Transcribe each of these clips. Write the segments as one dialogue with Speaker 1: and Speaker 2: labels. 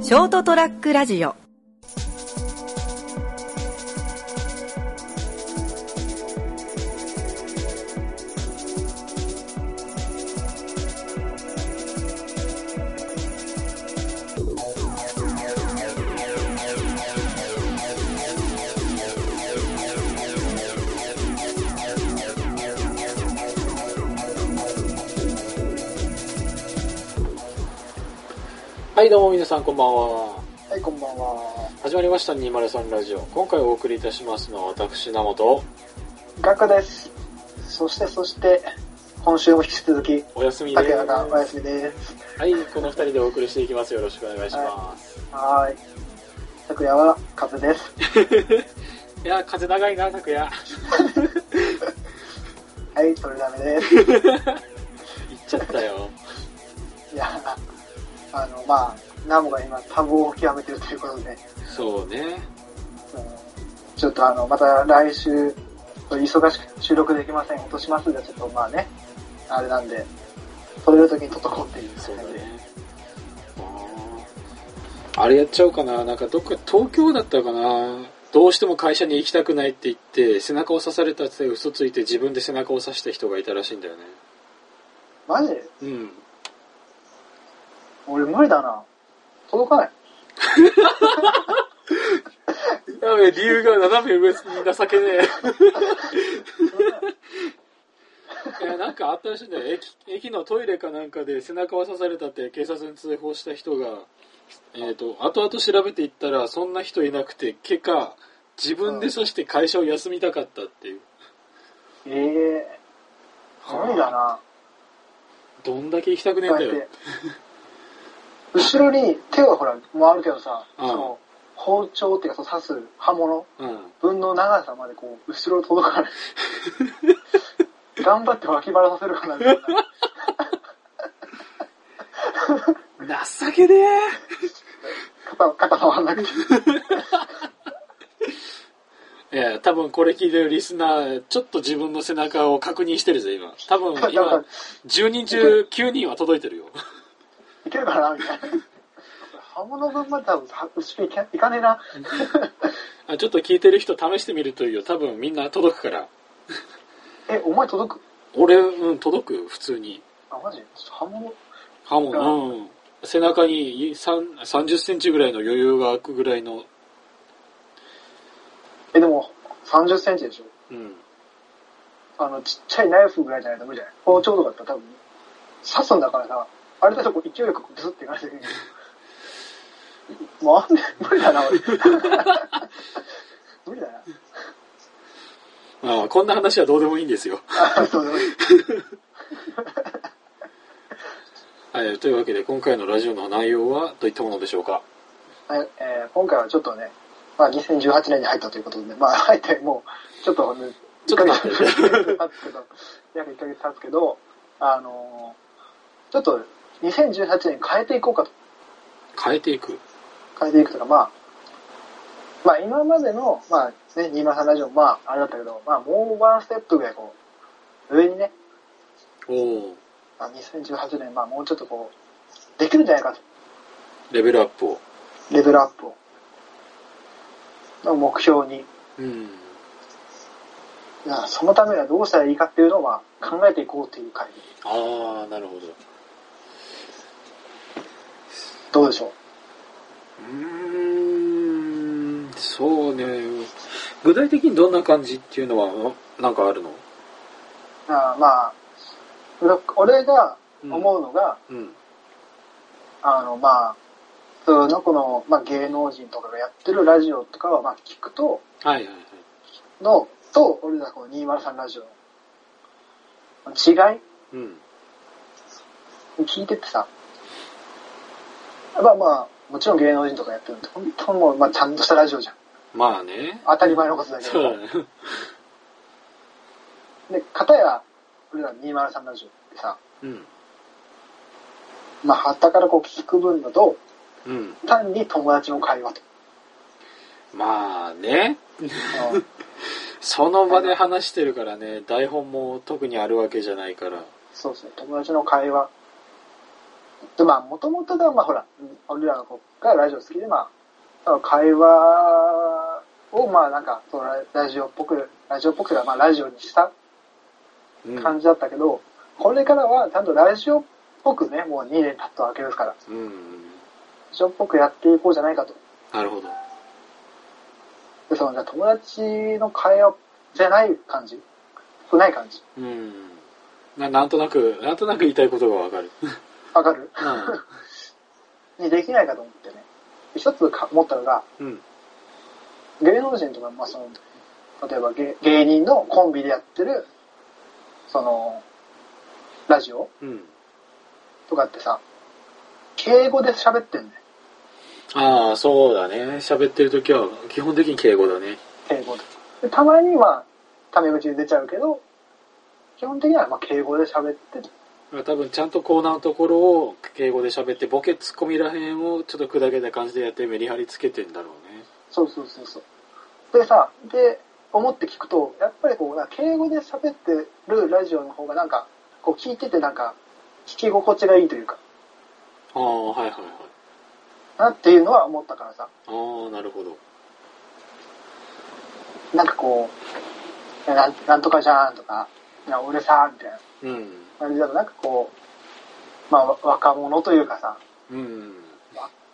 Speaker 1: ショートトラックラジオ
Speaker 2: はいどうも皆さんこんばんは
Speaker 3: はい、こんばんは。
Speaker 2: 始まりました203ラジオ今回お送りいたしますのは私名本
Speaker 3: ガクです。そして、そして、今週も引き続き、
Speaker 2: お休みで
Speaker 3: 竹
Speaker 2: す
Speaker 3: 谷がお
Speaker 2: は
Speaker 3: 休みです。
Speaker 2: いこの2人でお送りしていきますよろしくお願いします、
Speaker 3: はーい。拓也は風です。
Speaker 2: い、や風長いな拓 也
Speaker 3: はい、取れダメです。
Speaker 2: 行っちゃったよ
Speaker 3: いや、あの、まあ、ナモが今、多忙を極めてるということで、
Speaker 2: そうね
Speaker 3: うんちょっとあの、また来週、忙しく収録できません。落としますが、ちょっとまあね、あれなんで、取れる時に取っとこうっていう
Speaker 2: そうだ
Speaker 3: 感じで。
Speaker 2: ねあーあれやっちゃおうかななんかどっか東京だったかなどうしても会社に行きたくないって言って背中を刺されたって嘘ついて自分で背中を刺した人がいたらしいんだよね
Speaker 3: マジで
Speaker 2: うん
Speaker 3: 俺無理だな。届かない。
Speaker 2: やべえ理由が斜め上に情けねえ いやなんかあったらしいんだよ駅駅のトイレかなんかで背中を刺されたって警察に通報した人が、えー、と後々調べていったらそんな人いなくて結果自分で刺して会社を休みたかったっていう、
Speaker 3: ええー、無理だな。
Speaker 2: どんだけ行きたくねえん
Speaker 3: こう
Speaker 2: だ
Speaker 3: やって
Speaker 2: よ
Speaker 3: 後ろに手はほら回るけどさ、
Speaker 2: うん
Speaker 3: その包丁っていうかその刺す刃物
Speaker 2: うん
Speaker 3: 分の長さまでこう後ろ届かない頑張って脇腹させるかなみたいな
Speaker 2: 情けね
Speaker 3: 肩肩触らなくて
Speaker 2: えいや多分これ聞いてるリスナーちょっと自分の背中を確認してるぜ今多分 今10人中9人は届いてるよ
Speaker 3: いけるかなみたいな刃物分まで多分は後ろいけいかねえな
Speaker 2: あちょっと聞いてる人試してみるといいよ多分みんな届くから
Speaker 3: えお前届く
Speaker 2: 俺うん届く普通に
Speaker 3: あマジちょっと刃物
Speaker 2: 刃物うん背中に3 0センチぐらいの余裕が空くぐらいの
Speaker 3: えでも3 0センチでしょ
Speaker 2: うん
Speaker 3: あのちっちゃいナイフぐらいじゃないと無理じゃない包丁とかだったら多分刺すんだからさあれだとこう勢いよくブスっていかないといけないもうあんね無理だな俺 無理だな
Speaker 2: あこんな話はどうでもいいんですよ
Speaker 3: あそうだ
Speaker 2: はいというわけで今回のラジオの内容はどういったものでしょうか
Speaker 3: はい、えー今回はちょっとね、まあ、2018年に入ったということで、まあ、入ってもうちょっと、ね、
Speaker 2: ちょっと待って
Speaker 3: 1ヶ月経つけど約1ヶ月経つけどあのーちょっと2018年変えていこうかと
Speaker 2: 変えていく
Speaker 3: 変えていくとか、まあ、まあ今までの、まあね、203ラジオ、まああれだったけど、まあもうワンステップぐらいこう、上にね、
Speaker 2: おお
Speaker 3: まあ、2018年、まあもうちょっとこう、できるんじゃないかと、
Speaker 2: レベルアップを
Speaker 3: レベルアップを、の目標に、
Speaker 2: うん
Speaker 3: いやそのためにはどうしたらいいかっていうのを、まあ考えていこうっていう会議。
Speaker 2: ああなるほどう
Speaker 3: どうでしょう
Speaker 2: ーんそうね具体的にどんな感じっていうのはなんかあるの
Speaker 3: あーまあ、俺俺が思うのが、
Speaker 2: うん
Speaker 3: あのまあ、普通のこの、まあ芸能人とかがやってるラジオとかは、まあ聞くと、
Speaker 2: はいはいはい
Speaker 3: のと俺らこの203ラジオの違い
Speaker 2: うん
Speaker 3: 聞いててさまあまあもちろん芸能人とかやってるのって本当もう、まあ、ちゃんとしたラジオじゃん
Speaker 2: まあね。
Speaker 3: 当たり前のことだけ
Speaker 2: そう
Speaker 3: ど
Speaker 2: だね。
Speaker 3: で片や俺ら203ラジオってさ
Speaker 2: うん。
Speaker 3: まあはたからこう聞く分だと
Speaker 2: うん。
Speaker 3: 単に友達の会話 と、
Speaker 2: まあね。
Speaker 3: あの
Speaker 2: その場で話してるからね、台本も特にあるわけじゃないから。
Speaker 3: そうそう友達の会話で、まあ、もともとが、まあ、ほら、うん俺らの子がラジオ好きで、まあ、その会話を、まあ、なんか、そのララジオっぽく、ラジオっぽくというかまあ、ラジオにした
Speaker 2: うん
Speaker 3: 感じだったけど、これからは、ちゃんとラジオっぽくね、もう2年経ったわけですから、ラ
Speaker 2: うん
Speaker 3: ジオっぽくやっていこうじゃないかと。
Speaker 2: なるほど
Speaker 3: で、その、じゃあ友達の会話じゃない感じそうない感じ。
Speaker 2: うんななんとなくなんとなく言いたいことがわかる
Speaker 3: わかる
Speaker 2: う
Speaker 3: にできないかと思ってね。一つか思ったのが、
Speaker 2: んうん
Speaker 3: 芸能人とか、まあ、その例えば芸芸人のコンビでやってるそのラジオ
Speaker 2: うん
Speaker 3: とかってさ敬語で喋ってんね
Speaker 2: ああそうだね喋ってる時は基本的に敬語だね
Speaker 3: 敬語ででたまにはタメ口で出ちゃうけど基本的にはまあ敬語で喋って
Speaker 2: まあ多分ちゃんとコーナーのところを敬語で喋ってボケツッコミらへんをちょっと砕けた感じでやってメリハリつけてんだろうね
Speaker 3: そうそうそうそうでさで思って聞くとやっぱりこうなんか敬語で喋ってるラジオの方がなんかこう聞いててなんか聞き心地がいいというか
Speaker 2: ああはいはいはい
Speaker 3: なっていうのは思ったからさ
Speaker 2: ああなるほど
Speaker 3: なんかこう、なんなんとかじゃんとか、いや俺さ、みたいな
Speaker 2: うん
Speaker 3: 感じだと、なんかこう、まあ、わ若者というかさ、
Speaker 2: うん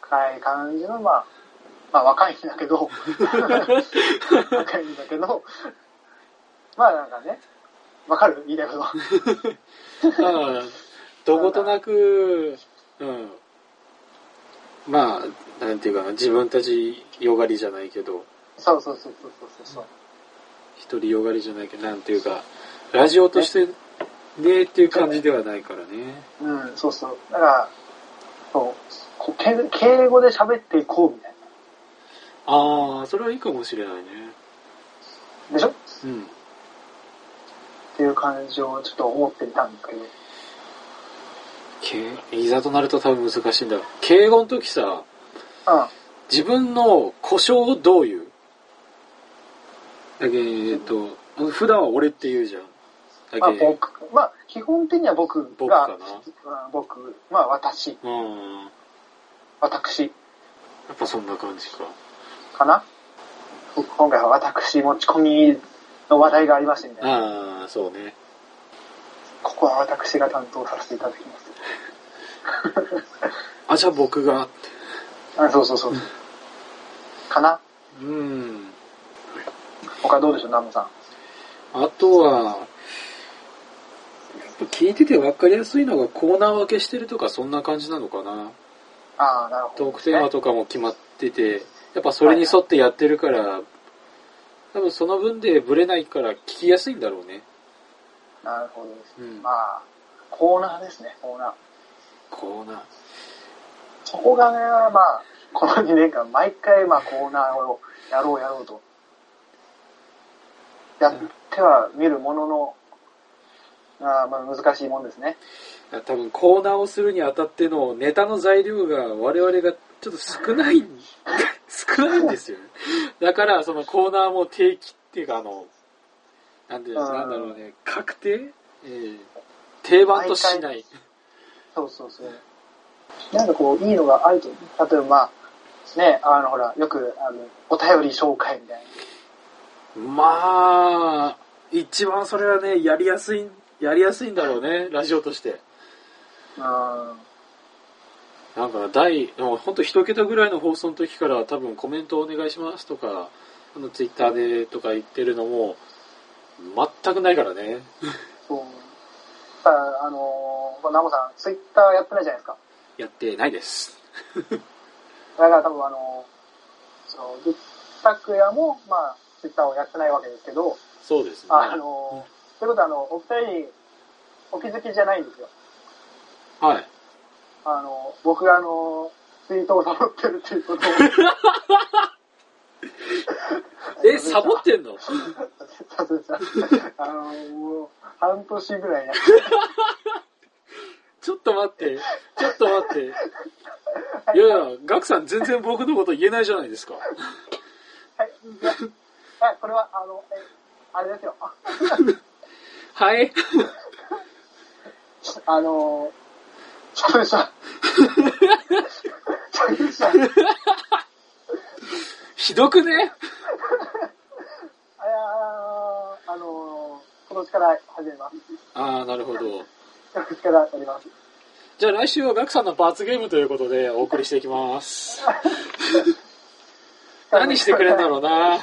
Speaker 3: 若い感じの、まあ、まあ、若いんだけど、若いんだけど、まあなんかね、わかる言いたいこと。
Speaker 2: ああどことなくうんまあなんていうかな自分たちよがりじゃないけど
Speaker 3: そうそうそうそうそうそう。
Speaker 2: 独りよがりじゃないけどなんていうかラジオとしてでっていう感じではないからね
Speaker 3: うん、そうそう。だから、そう、こう敬敬語で喋っていこうみたい
Speaker 2: ああそれはいいかもしれないね
Speaker 3: な。でしょっ
Speaker 2: うん
Speaker 3: ていう感じをちょっと思っていたんだけど。
Speaker 2: 敬いざとなると多分難しいんだ敬語の時さ
Speaker 3: うん。
Speaker 2: 自分の故障をどう言うだけえっと普段は俺って言うじゃん
Speaker 3: まあ
Speaker 2: だけ
Speaker 3: 僕、まあ基本的には僕が、
Speaker 2: 僕か
Speaker 3: うん僕まあ私、
Speaker 2: うんや
Speaker 3: 私
Speaker 2: っぱそんな感じか
Speaker 3: かな。今回は私持ち込みの話題がありましてみたいな。
Speaker 2: ああそうね
Speaker 3: ここは私が担当させていただきます。
Speaker 2: あじゃあ僕が
Speaker 3: あそうそ うそう。かな
Speaker 2: うん
Speaker 3: 他どうでしょう、ナムさん。
Speaker 2: あとはやっぱ聞いてて分かりやすいのがコーナー分けしてるとかそんな感じなのかな
Speaker 3: ああ、なるほど、
Speaker 2: トークテーマとかも決まっててやっぱそれに沿ってやってるから多分その分でブレないから聞きやすいんだろうね、
Speaker 3: なるほどです。
Speaker 2: うん
Speaker 3: まあ、コーナーですね、コーナー。
Speaker 2: コーナー
Speaker 3: そこがね、まあ、この2年間、毎回、まあ、コーナーをやろうやろうと。やっては見るものの、あーまあ、難しいもんですね。
Speaker 2: いや多分コーナーをするにあたってのネタの材料が我々がちょっと少ない 少ないんですよねだからそのコーナーも定期っていうかあのなんで
Speaker 3: ん
Speaker 2: なんだろうね確定、えー定番としない
Speaker 3: そうそうそう。なんかこう、いいのがあると、例えば、まあ、ね、あの、ほら、よく、あの、お便り紹介みたい
Speaker 2: まあ一番それはねやりやすいやりやすいんだろうねラジオとして
Speaker 3: な。うん。
Speaker 2: なんか第もうほんと一桁ぐらいの放送の時から多分コメントお願いしますとかあのツイッターでとか言ってるのも全くないからね
Speaker 3: そう。さあ、あのー、ナモさん、ツイッターやってないじゃないですか。
Speaker 2: やってないです
Speaker 3: だから多分あの、その、ぶったくやも、まあ、ツイッターをやってないわけですけど、
Speaker 2: そうですね
Speaker 3: あの、ということはあの、お二人にお気づきじゃないんですよ。
Speaker 2: はい
Speaker 3: あの、僕があの、ツイートをサボってるっていうことを。
Speaker 2: えサボってんの
Speaker 3: さすがあの、もう、半年ぐらいや
Speaker 2: ちょっと待ってちょっと待っていやいやガクさん全然僕のこと言えないじゃないですか
Speaker 3: はい、いやはい、これは、あの、え、あれですよ。
Speaker 2: はい
Speaker 3: あの、着陸した。着陸した。あれ
Speaker 2: ひどくね
Speaker 3: は、あのー、今年から始めます。
Speaker 2: ああ、なるほど。
Speaker 3: 今年からやります。
Speaker 2: じゃあ来週はガクさんの罰ゲームということでお送りしていきます。何してくれんだろうな。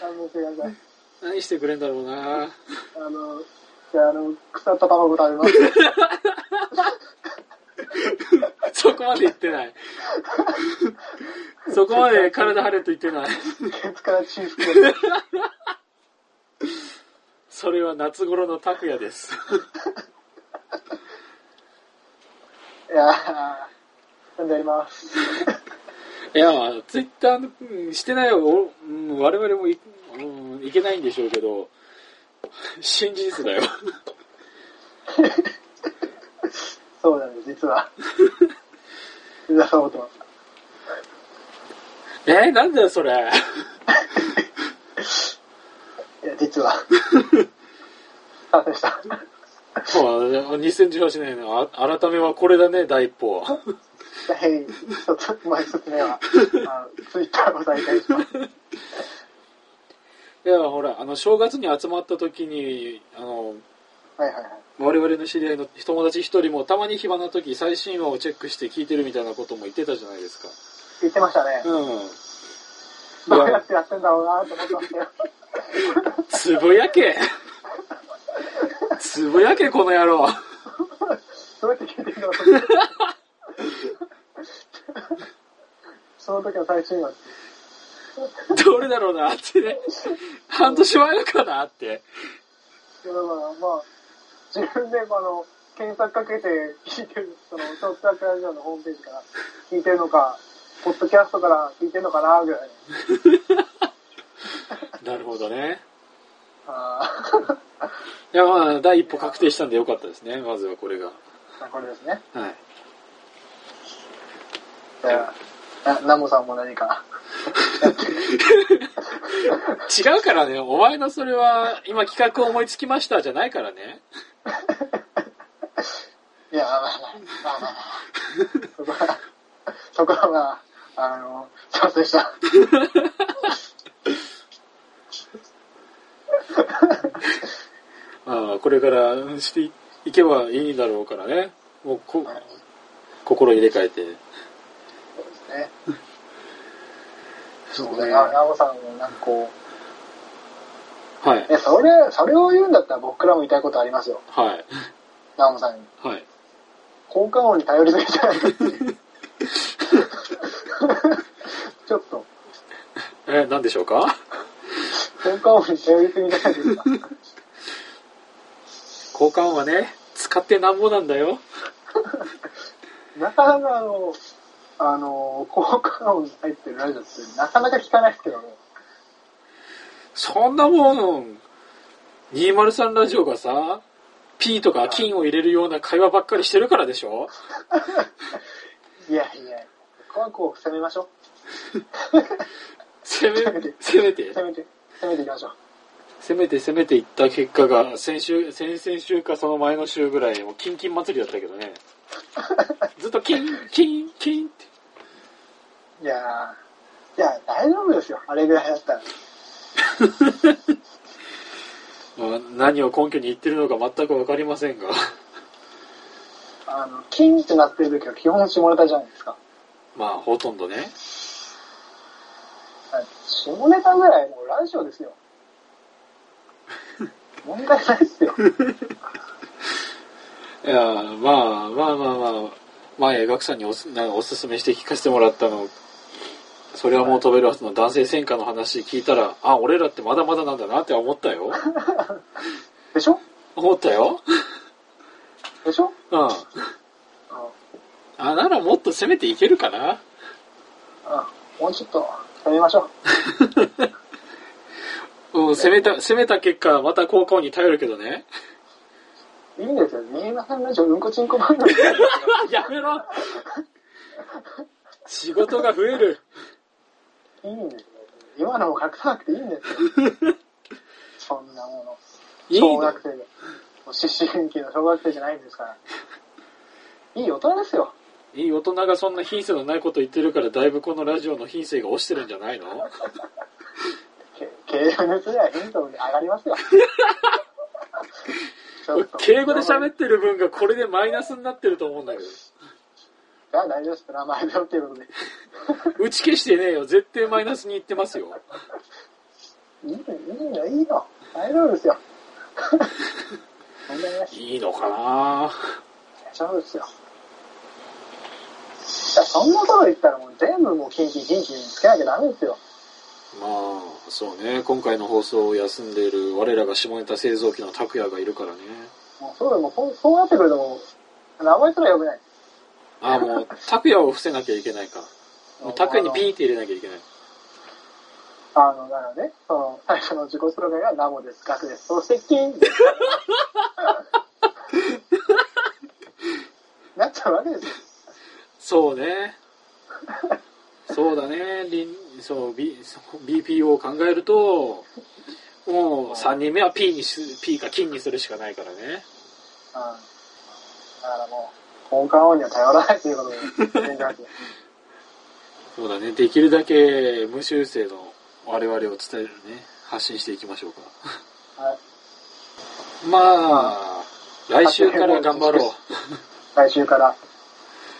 Speaker 3: 勘弁してください。
Speaker 2: 何してくれんだろうな。
Speaker 3: あの、じゃあ、あの、腐った卵食べます。
Speaker 2: そこまで言ってない。そこまで体張れと言ってない。
Speaker 3: ケツからチーズ食う。
Speaker 2: それは夏頃の拓也です。
Speaker 3: いやー、なんでやります。
Speaker 2: いや、まあ、ツイッターうんしてないよ、おうん我々もい,、うん、いけないんでしょうけど、新事実だよ。
Speaker 3: そうなんです、実は。実はそう思ってます。
Speaker 2: えーなんだよ、それ。
Speaker 3: いや、実は。完成した。
Speaker 2: そう2018年のあ改めはこれだね、第一歩。
Speaker 3: 第一つ、まあ一つ目は、あのツイッターを再開します。
Speaker 2: いや、ほら、あの、正月に集まった時に、あの、
Speaker 3: はいはいはい。
Speaker 2: 我々の知り合いの友達一人もたまに暇な時最新話をチェックして聞いてるみたいなことも言ってたじゃないですか。
Speaker 3: 言ってましたね。
Speaker 2: う
Speaker 3: ど
Speaker 2: ん。
Speaker 3: う
Speaker 2: い
Speaker 3: や
Speaker 2: や、
Speaker 3: ってやってんだろうなと思ってましたよ。
Speaker 2: つぶやけつぶやけ、この野郎。
Speaker 3: どうやって聞いてるのかと思ってその時の最新話です。
Speaker 2: どれだろうなってね。半年前かなって。
Speaker 3: いやだからまあ、自分で、まあ、あの、検索かけて聞いてる、その、ショットアップラジオのホームページから聞いてるのか、ポッドキャストから聞いてるのかな、ぐらい。
Speaker 2: なるほどね。
Speaker 3: あー
Speaker 2: いや、まあ、第一歩確定したんでよかったですね。まずはこれが。
Speaker 3: まあこれですね。
Speaker 2: はい。
Speaker 3: じゃあ、なナモさんも何か。
Speaker 2: 違うからね、お前のそれは、今企画思いつきましたじゃないからね。
Speaker 3: いや、まあまあまあまあまあまあ。そこは、そこはまあ、あの、すいませんでした。
Speaker 2: まあ、これからうんしていいけばいいんだろうからね。もうこ、心入れ替えて。
Speaker 3: そうですね。
Speaker 2: そ
Speaker 3: そうね。あナモさんもなんかこ
Speaker 2: はい。
Speaker 3: う、え、それ、それを言うんだったら僕らも言いたいことありますよ。
Speaker 2: はい。
Speaker 3: ナモさんに。
Speaker 2: はい。
Speaker 3: 効果音に頼りすぎじゃないかっていう ちょっと、
Speaker 2: えー、何でしょうか
Speaker 3: 効果音に頼りすぎじゃないですか。
Speaker 2: 交換はね、使ってなんぼなんだよ。
Speaker 3: なかなかあの、あの、効果音入ってるラジオってなかなか聞かないですけどね。
Speaker 2: そんなもん、203ラジオがさ、P とか金を入れるような会話ばっかりしてるからでしょ
Speaker 3: いやいや、ここはこう攻めましょ
Speaker 2: せめ、せめて
Speaker 3: う。、攻めて、攻めていきましょう。
Speaker 2: せめてせめていった結果が、先週、先々週かその前の週ぐらい、もうキンキン祭りだったけどね。ずっとキン、キン、キンって。
Speaker 3: いやー、いや、大丈夫ですよ。あれぐらいだったら。
Speaker 2: まあ何を根拠に言ってるのか全くわかりませんが。
Speaker 3: あの、金ってなってる時は基本下ネタじゃないですか。
Speaker 2: まあ、ほとんどね。
Speaker 3: 下ネタぐらいもうラジオですよ。問題ないですよ。
Speaker 2: いやーまあまあまあまあ前ガクさんにおすなおすすめして聞かせてもらったのそれはもう飛べるはずの男性専科の話聞いたらあ俺らってまだまだなんだなって思ったよ
Speaker 3: でしょ
Speaker 2: 思ったよ
Speaker 3: でしょ
Speaker 2: うん
Speaker 3: うん。
Speaker 2: あならもっと攻めていけるかな
Speaker 3: うんもうちょっと、食べましょう。
Speaker 2: うん攻めた攻めた結果また高校に頼るけどね
Speaker 3: いいんですよ。新潟のラジオ、うんこちんこ番組ですよ。
Speaker 2: やめろ仕事が増える
Speaker 3: いいんですよ。今のも隠さなくていいんですよ。そんなもの。
Speaker 2: いい
Speaker 3: 小
Speaker 2: の
Speaker 3: 学生で。もう思春期の小学生じゃないんですから。いい大人ですよ。
Speaker 2: いい大人がそんな品性のないこと言ってるからだいぶこのラジオの品性が落ちてるんじゃないの
Speaker 3: け経営の人には変動に上がります よ。ちょっと
Speaker 2: 敬語で喋ってる分がこれでマイナスになってると思うんだけど
Speaker 3: じゃあ大丈夫です。名前だよっていうことで。
Speaker 2: 打ち消してねえよ絶対マイナスにいってますよ
Speaker 3: いいの、いいの、いいの。大丈夫で すよ。問題ないし。
Speaker 2: いいのかな
Speaker 3: 大丈夫ですよ。じゃあそんなこと言ったらもう全部もう近畿近畿につけなきゃダメですよ。
Speaker 2: まあそうね今回の放送を休んでいる我らが下ネタ製造機の拓也がいるからね
Speaker 3: もうそうだよ、もうこうそうなってくるともう、名前すら呼べない。
Speaker 2: ああもう拓也を伏せなきゃいけないかもう拓也にピーって入れなきゃいけない
Speaker 3: あの、だからね、その、最初の自己スローガンがナモです、ガクです、そして金です。なっちゃうわけですよ。
Speaker 2: そうねそうだねりんそう、B、そう BPO を考えるともう3人目は P, にし P か金にするしかないからね
Speaker 3: うん。だからもう、効果音には頼らないということで、全然
Speaker 2: そうだねできるだけ無修正の我々を伝えるね発信していきましょうか
Speaker 3: はい。
Speaker 2: まあ来週から頑張ろう
Speaker 3: 来週から、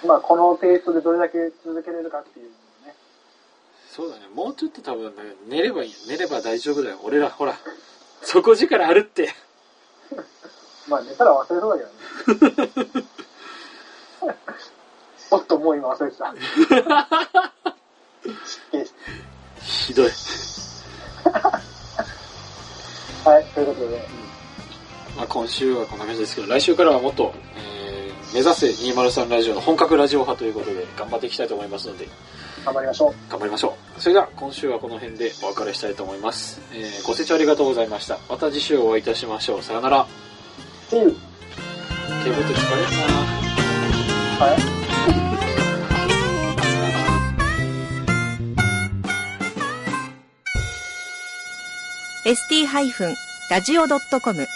Speaker 3: まあ、このテイストでどれだけ続けれるかっていうのね。
Speaker 2: そうだねもうちょっと多分ね寝ればいい寝れば大丈夫だよ俺らほら底力あるって
Speaker 3: まあ、寝たら忘れそうだけどね。おっと、もう今忘れてた。
Speaker 2: ひどい
Speaker 3: はい、ということで、
Speaker 2: まあ、今週はこんな感じですけど来週からはもっと、えー目指せ203ラジオの本格ラジオ派ということで頑張っていきたいと思いますので
Speaker 3: 頑張りましょう。
Speaker 2: 頑張りましょうそれでは今週はこの辺でお別れしたいと思います、えーご清聴ありがとうございましたまた次週お会いいたしましょうさよなら
Speaker 3: See you!
Speaker 2: 敬語って疲れるな
Speaker 3: はい
Speaker 1: ー ST-radio.com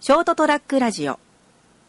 Speaker 1: ショートトラックラジオ